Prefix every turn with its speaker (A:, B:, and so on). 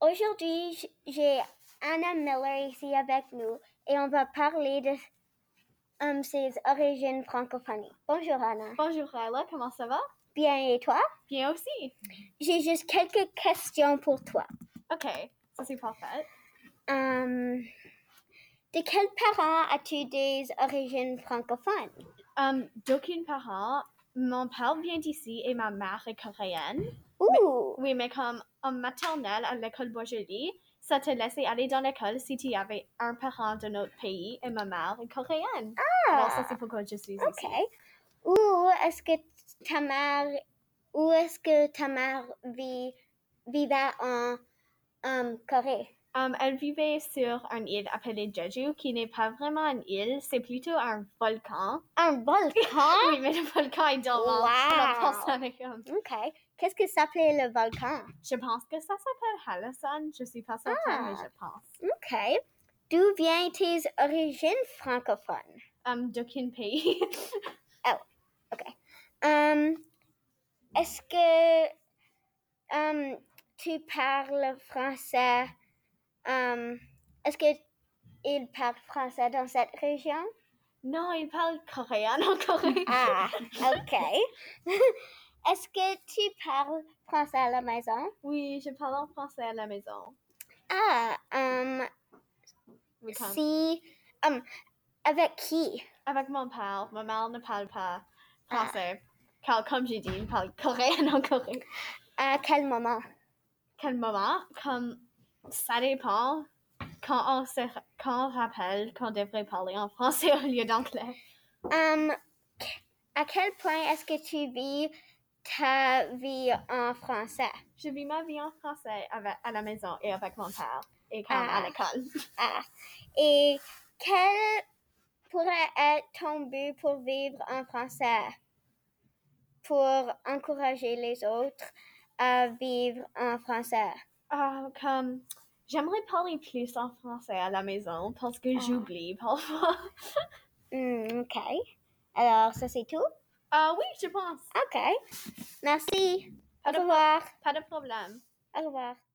A: Aujourd'hui, j- j'ai Anna Miller ici avec nous et on va parler de euh, ses origines francophones. Bonjour Anna.
B: Bonjour Ryla, comment ça va?
A: Bien et toi?
B: Bien aussi.
A: J'ai juste quelques questions pour toi.
B: Ok, ça c'est parfait.
A: Euh, de quels parents as-tu des origines francophones?
B: Um, D'aucun parent, mon père vient d'ici et ma mère est coréenne.
A: Ouh!
B: Oui, mais comme en maternelle à l'école Bourgeois, ça te laissait aller dans l'école si tu avais un parent de notre pays et ma mère est coréenne. Alors ça c'est pourquoi je suis
A: Ah, Ok.
B: ici.
A: Où est-ce que ta mère, où est-ce que ta mère vit, vivait en euh, Corée?
B: Um, elle vivait sur une île appelée Jeju, qui n'est pas vraiment une île, c'est plutôt un volcan.
A: Un volcan?
B: Oui, mais le volcan est dormant.
A: Hein? Wow.
B: Alors, pour ça, comme-
A: OK. Qu'est-ce que s'appelait le volcan?
B: Je pense que ça s'appelle Halasan. Je suis pas certaine,
A: Ah.
B: mais je pense.
A: OK. D'où viennent tes origines francophones?
B: Um, d'aucun pays.
A: OK. Um, Est-ce que um, tu parles français? um, Est-ce que il parle français dans cette région?
B: non, il parle coréen en Corée.
A: Ah, OK. Est-ce que tu parles français à la maison?
B: Oui, je parle en français à la maison.
A: Ah, um,
B: Oui, comme-
A: si... um, avec qui?
B: Avec mon père, ma mère ne parle pas
A: Ah.
B: français. Car, comme j'ai dit, il parle coréen en Corée.
A: À quel moment?
B: Quel moment? Comme, ça dépend. Quand on se, quand on rappelle qu'on devrait parler en français au lieu d'anglais.
A: Um, à quel point est-ce que tu vis ta vie en français?
B: Je vis ma vie en français avec- à la maison et avec mon père. Et comme
A: Ah.
B: à l'école.
A: Ah, et quel pourrait être ton but pour vivre en français? Pour encourager les autres à vivre en français?
B: Ah, comme j'aimerais parler plus en français à la maison parce que j'oublie parfois.
A: Hmm, OK. Alors, ça c'est tout?
B: Ah oui, je pense.
A: OK. Merci. Au
B: Pas de,
A: revoir.
B: pas de problème.
A: Au revoir.